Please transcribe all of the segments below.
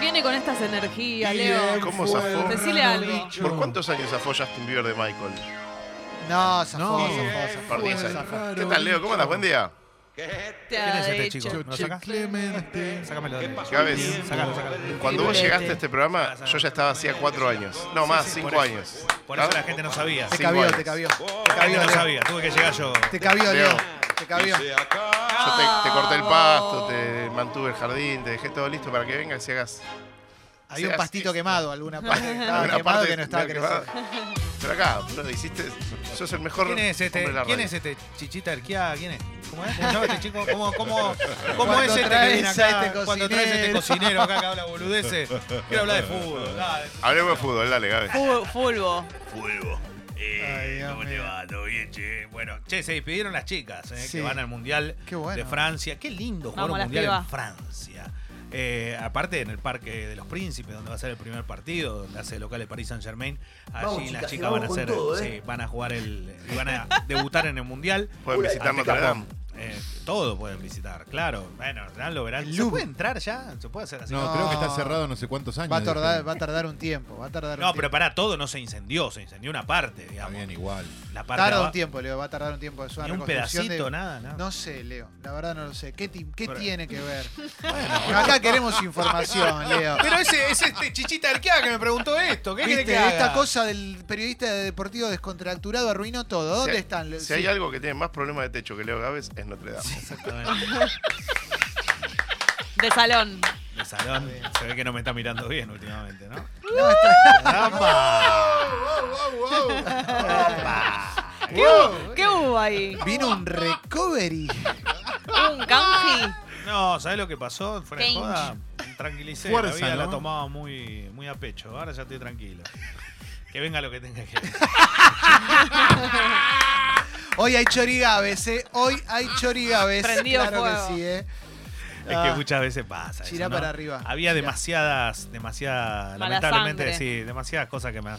viene con estas energías, Leo. ¿Cómo zafó? Decile algo. ¿Por cuántos años zafó Justin Bieber de Michael? No, zafó, No. zafó, zafó. Por 10 años. zafó. ¿Qué tal, Leo? ¿Cómo andas? Buen día. Te ¿Quién es ha este dicho. chico? ¿No lo Che, sacás? Clemente. Sácamelo de ahí. Gávez, Sácalo, sácalo. cuando vos Chipulete. llegaste a este programa, yo ya estaba hacía cuatro años. No, más, cinco Por eso- años. Por eso ¿Ah? la gente no sabía. Te Sí, La cabió, iguales. te cabió. Te gente cabió, no Leo. sabía. Tuve que llegar yo. Te cabió, Leo. Leo. Te cabió. Yo te, te corté el Ah. pasto, te mantuve el jardín, te dejé todo listo para que vengas y hagas. Había un Seas- pastito quemado, alguna parte que estaba alguna quemado parte que no estaba de la que va. creciendo. Pero acá, boludo, hiciste. Sos el mejor. ¿Quién es este? hombre de la ¿Quién radio. es este? Chichita Arqueada, ¿quién es? ¿Cómo es? ¿Cómo se llama este chico? ¿Cómo, cómo, cómo Cuando es este que traes viene a acá? este cuando traes a este cocinero. cocinero acá que habla boludeces. Quiero hablar de fútbol. dale. Hablemos de fútbol, dale, Gabe. Fu- Fulbo. Fuego. Ay, Dios Eh, ¿Cómo te mío. va? ¿Todo bien, che? Bueno, che, se despidieron las chicas eh, Sí. que van al Mundial Qué bueno. de Francia. Qué lindo jugar Vamos, un las Mundial en pibas. Francia. Eh, aparte en el Parque de los Príncipes, donde va a ser el primer partido, donde hace local el Paris Saint Germain. Allí Vamos, las chicas, chicas y van a vamos hacer, con todo, ¿eh? sí, van a jugar el, y van a debutar en el Mundial. Pueden visitar Ante Notre Dame. Japón. Eh, todo pueden visitar, claro. Bueno, ya lo verán. El ¿Se Louvre. puede entrar ya? ¿Se puede hacer así? No. No, creo que está cerrado no sé cuántos años. este. Va a tardar, dijeron. va a tardar un tiempo, va a tardar un No, pero tiempo. para todo no se incendió, se incendió una parte, Está digamos. bien, igual. La parte de Tarda abajo. un tiempo, Leo, va a tardar un tiempo. Es una Ni un reconstrucción pedacito, de- nada, nada. No sé, Leo, la verdad no lo sé. ¿Qué, ti- qué Pero- tiene que ver? Acá queremos información, Leo. Pero ese es este chichita arqueada que me preguntó esto. ¿Qué quiere ¿Viste? que haga? Esta cosa del periodista deportivo descontracturado arruinó todo. ¿Dónde Si hay- están? Si Sí. hay algo que tiene más problemas de techo que Leo Gávez, es Notre Dame. Exactamente. De salón. El salón se ve que no me está mirando bien últimamente, ¿no? No, está- ¿Qué, hu- qué hubo ahí? Vino un recovery. ¿Un canji? No, ¿sabes lo que pasó? Fuera de Change. joda, tranquilicé. Fuerza, la vida la ¿no? tomaba muy, muy a pecho. Ahora ya estoy tranquilo. Que venga lo que tenga que venir. Hoy hay chorigaves, ¿eh? Hoy hay chorigaves. Prendido claro fuego. que sí, ¿eh? Es que Ah. muchas veces pasa. Girá eso, para ¿no? arriba. Había Girá. demasiadas, demasiadas, Mala lamentablemente, sangre. sí, demasiadas cosas que me. han-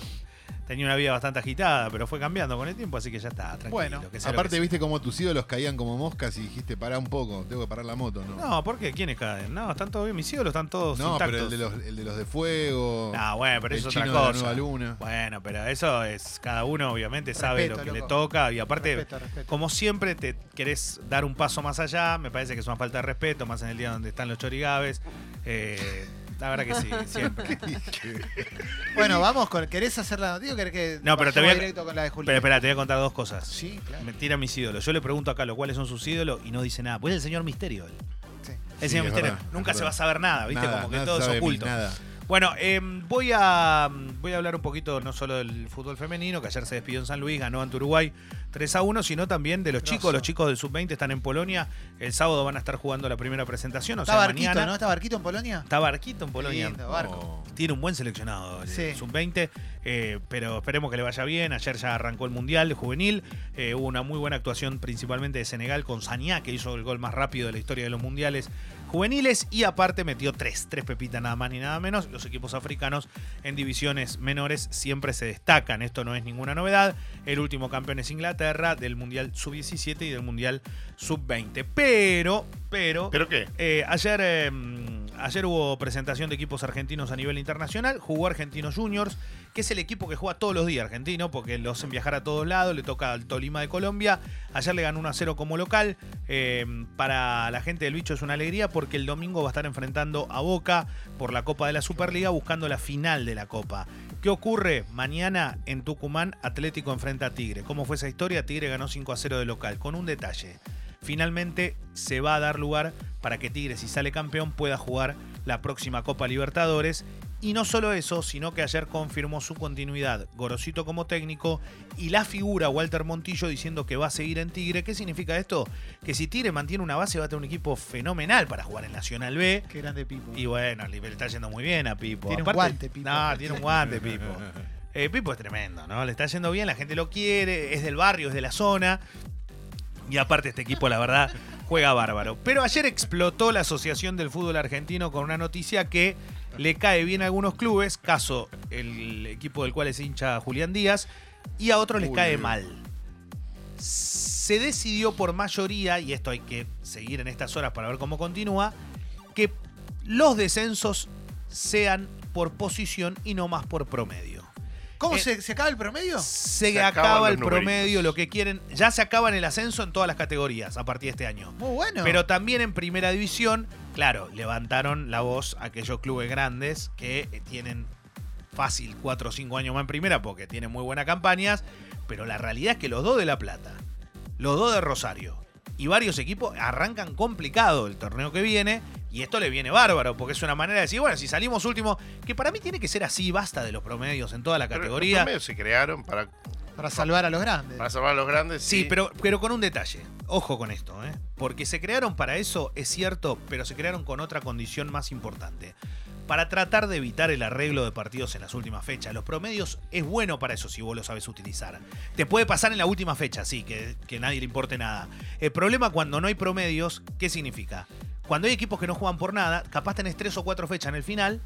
Tenía una vida bastante agitada, pero fue cambiando con el tiempo, así que ya está, tranquilo. Bueno, que sea lo que Aparte, sea. viste cómo tus ídolos caían como moscas y dijiste, pará un poco, tengo que parar la moto, ¿no? No, ¿por qué? ¿Quiénes caen? No, están todos bien. Mis ídolos están todos No, intactos. pero el de, los, el de los de fuego. No, bueno, pero el eso es chino otra de la cosa. nueva luna. Bueno, pero eso es. Cada uno, obviamente, sabe lo Respeto, que le loco. toca. Y aparte, Respeto, respeto. como siempre, te querés dar un paso más allá. Me parece que es una falta de respeto, más en el día donde están los chorigaves. Eh, la verdad que sí, siempre. Bueno, vamos con. ¿Querés hacer la noticia o querés que.? No, pero te vayamos voy a- directo con la de Julián. Pero espera, te voy a contar dos cosas. Sí, claro. Me tira mis ídolos. Yo le pregunto acá los cuáles son sus ídolos y no dice nada. Pues es el señor Misterio. él. Sí. El Sí, señor es Misterio. verdad, es Nunca se verdad. va a saber nada, ¿viste? Nada, Como que nada todo se sabe es de mí, oculto. nada. Bueno, em, voy, a, mm, voy a hablar un poquito no solo del fútbol femenino, que ayer se despidió en San Luis, ganó ante Uruguay 3 a 1, sino también de los Grosso. chicos. Los chicos del sub-20 están en Polonia. El sábado van a estar jugando la primera presentación, o Está sea, Barquito, mañana. ¿no? ¿Está Barquito en Polonia? Está Barquito en Polonia. Lindo, barco. Oh. Tiene un buen seleccionado el Sí. sub-20, eh, pero esperemos que le vaya bien. Ayer ya arrancó el Mundial juvenil. eh, hubo una muy buena actuación principalmente de Senegal con Sañá, que hizo el gol más rápido de la historia de los Mundiales juveniles. Y aparte metió tres, tres pepitas nada más ni nada menos. Los equipos africanos en divisiones menores siempre se destacan. Esto no es ninguna novedad. El último campeón es Inglaterra del Mundial sub-17 y del Mundial sub-20. Pero, pero... ¿Pero qué? Eh, ayer, eh, mm, ayer hubo presentación de equipos argentinos a nivel internacional. Jugó Argentinos Juniors, que es el equipo que juega todos los días argentino, porque lo hacen viajar a todos lados. Le toca al Tolima de Colombia. Ayer le ganó 1 a 0 como local. Eh, para la gente del bicho es una alegría porque el domingo va a estar enfrentando a Boca por la Copa de la Superliga, buscando la final de la Copa. ¿Qué ocurre? Mañana en Tucumán, Atlético enfrenta a Tigre. ¿Cómo fue esa historia? Tigre ganó 5 a 0 de local, con un detalle finalmente se va a dar lugar para que Tigres, si sale campeón, pueda jugar la próxima Copa Libertadores. Y no solo eso, sino que ayer confirmó su continuidad Gorosito como técnico y la figura Walter Montillo diciendo que va a seguir en Tigre. ¿Qué significa esto? Que si Tigre mantiene una base va a tener un equipo fenomenal para jugar en Nacional B. Qué grande Pipo. Y bueno, le le está yendo muy bien a Pipo. Tiene un guante, Pipo. No, tiene un guante, Pipo. Eh, Pipo es tremendo, ¿no? Le está yendo bien, la gente lo quiere, es del barrio, es de la zona. Y aparte este equipo, la verdad, juega bárbaro. Pero ayer explotó la Asociación del Fútbol Argentino con una noticia que le cae bien a algunos clubes, caso el equipo del cual es hincha Julián Díaz, y a otros les Uy. cae mal. Se decidió por mayoría, y esto hay que seguir en estas horas para ver cómo continúa, que los descensos sean por posición y no más por promedio. ¿Cómo Eh, se, se acaba el promedio? Se, Se acaban acaba el los numeritos. promedio, lo que quieren. Ya se acaba en el ascenso en todas las categorías a partir de este año. Muy bueno. Pero también en primera división, claro, levantaron la voz aquellos clubes grandes que eh, tienen fácil 4 o 5 años más en primera porque tienen muy buenas campañas, pero la realidad es que los dos de La Plata, los dos de Rosario y varios equipos arrancan complicado el torneo que viene y esto le viene bárbaro porque es una manera de decir, bueno, si salimos último, que para mí tiene que ser así, basta de los promedios en toda la Pero categoría. Los promedios se crearon para, para salvar a los grandes. para salvar a los grandes. Sí, pero, pero con un detalle. Ojo con esto, ¿eh? Porque se crearon para eso, es cierto, pero se crearon con otra condición más importante. Para tratar de evitar el arreglo de partidos en las últimas fechas. Los promedios es bueno para eso si vos lo sabes utilizar. Te puede pasar en la última fecha, sí, que, que nadie le importe nada. El problema cuando no hay promedios, ¿qué significa? Cuando hay equipos que no juegan por nada, capaz tenés tres o cuatro fechas en el final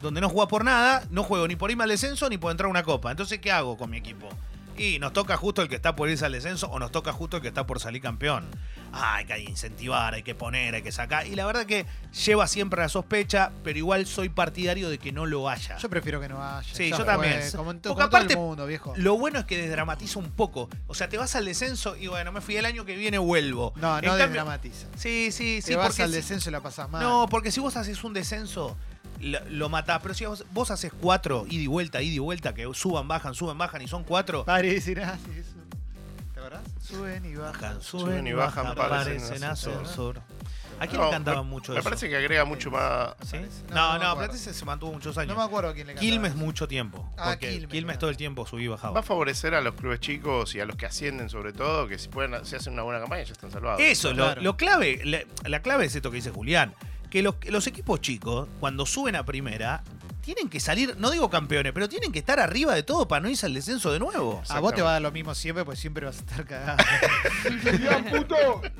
donde no juega por nada, no juego ni por irme al descenso ni por entrar a una copa. Entonces, ¿qué hago con mi equipo? Y nos toca justo el que está por irse al descenso o nos toca justo el que está por salir campeón. Ah, hay que incentivar, hay que poner, hay que sacar. Y la verdad que lleva siempre la sospecha, pero igual soy partidario de que no lo haya. Yo prefiero que no vaya. Sí, ya yo fue, eh, también. Como en to- Porque como todo aparte- el mundo, viejo. Lo bueno es que desdramatiza un poco. O sea, te vas al descenso y bueno, me fui el año que viene, vuelvo. No, En no cambio- desdramatiza. Sí, sí, sí. Te vas porque al si- descenso y la pasás mal. No, porque si vos haces un descenso, lo, lo matás. Pero si vos, vos haces cuatro, ida y vuelta, ida y vuelta, que suban, bajan, suban, bajan y son cuatro. Padre, dicen, ah, sí, eso. ¿Te acordás? Suben y bajan. Bajan, suben, Suben y y bajan, bajan, parecen, parecen, azor, ¿no? azor. ¿A quién No, le cantaban me- mucho Me eso? parece que agrega mucho más. ¿Sí? parece- no, no No, me no, acuerdo. Platense se mantuvo muchos años. No me acuerdo a quién le cantaba. Quilmes mucho tiempo. Ah, porque Quilmes, Quilmes, claro. todo el tiempo subí y Va bajaba. a favorecer a los clubes chicos y a los que ascienden, sobre todo, que si, pueden, si hacen una buena campaña ya están salvados. Eso, lo, Claro. lo clave, la, la clave es esto que dice Julián, que los, los equipos chicos, cuando suben a primera, tienen que salir, no digo campeones, pero tienen que estar arriba de todo para no irse al descenso de nuevo. A vos te va a dar lo mismo siempre, pues siempre vas a estar cagado.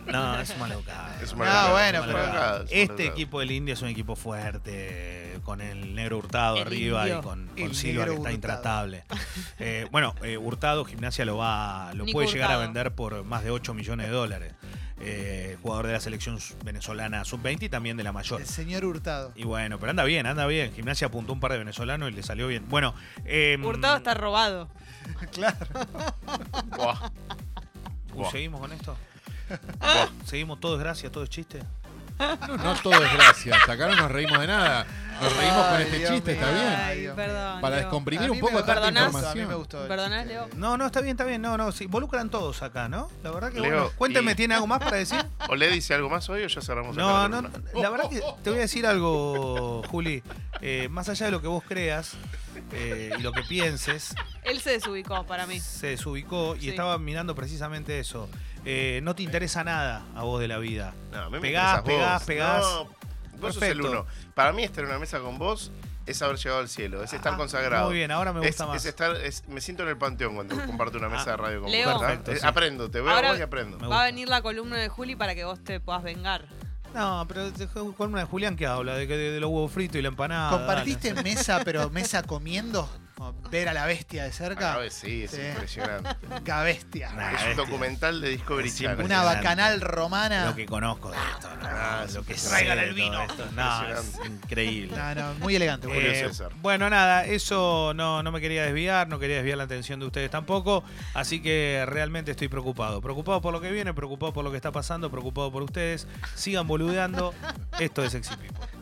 No, es una locura. Es Ah, una bueno, es una pero- locada, es una Este locada. equipo del Indio es un equipo fuerte, con el negro Hurtado El arriba Indio. y con, con El Silva que negro está Hurtado. intratable. Eh, bueno, eh, Hurtado, Gimnasia lo va, lo Nico puede llegar a Hurtado. vender por más de 8 millones de dólares. Eh, jugador de la selección venezolana sub-20 y también de la mayor. El señor Hurtado. Y bueno, pero anda bien, anda bien. Gimnasia apuntó un par de venezolanos y le salió bien. Bueno, eh, Hurtado está robado. claro. Buah, Uy, ¿Seguimos con esto? Ah. buah. ¿Seguimos? ¿Todo es gracia? ¿Todo es chiste? No, no todo es gracia. Hasta acá no nos reímos de nada. Nos reímos con Ay, este Dios chiste, mío. está bien. Ay, Ay, Dios perdón. Para Leo. descomprimir A mí un poco me tanta perdonás. A mí me información. gustó. el ¿Perdonás, chiste. Leo? No, no, está bien, está bien. No, no, se involucran todos acá, ¿no? La verdad que Leo, bueno. Cuénteme, y- ¿tiene algo más para decir? ¿O le dice algo más hoy o ya cerramos No, acá la no, columna? la verdad que te voy a decir algo, Juli. Eh, más allá de lo que vos creas eh, y lo que pienses, Él se desubicó para mí. se desubicó y Sí. estaba mirando precisamente eso. Eh, no te interesa nada a vos de la vida. No, a mí me Pegás, interesás vos. pegás, No, vos sos el Perfecto. uno. Para mí estar en una mesa con vos es haber llegado al cielo, es estar consagrado. Ah, Muy bien, ahora me Es, este. gusta más. Ah, es estar, es- me siento en el panteón cuando comparto una mesa de radio con Leo. vos. ¿verdad? Perfecto, Eh, sí. Aprendo, te veo Ahora- a vos y aprendo. Me Va a gusta. venir la columna de Juli para que vos te puedas vengar. No, pero te- con una de Julián que habla de, que- de, de los huevos fritos y la empanada. ¿Compartiste mesa, pero mesa comiendo? Como Ver a la bestia de cerca. Acá ves, sí, es Sí. impresionante. La bestia. es Nah, un bestia. documental de Discovery Es Channel. Una impresionante. bacanal dale. Lo romana. que conozco de esto, no, Ah, no, es lo que impresionante. traigan el vino. Esto es No, es impresionante. increíble. No, no, muy elegante, Julio. Eh, César. bueno, nada, eso no, no me quería desviar, no quería desviar la atención de ustedes tampoco, así que realmente estoy preocupado. Preocupado por lo que viene, preocupado por lo que está pasando, preocupado por ustedes. Sigan boludeando. Esto es Sexy People.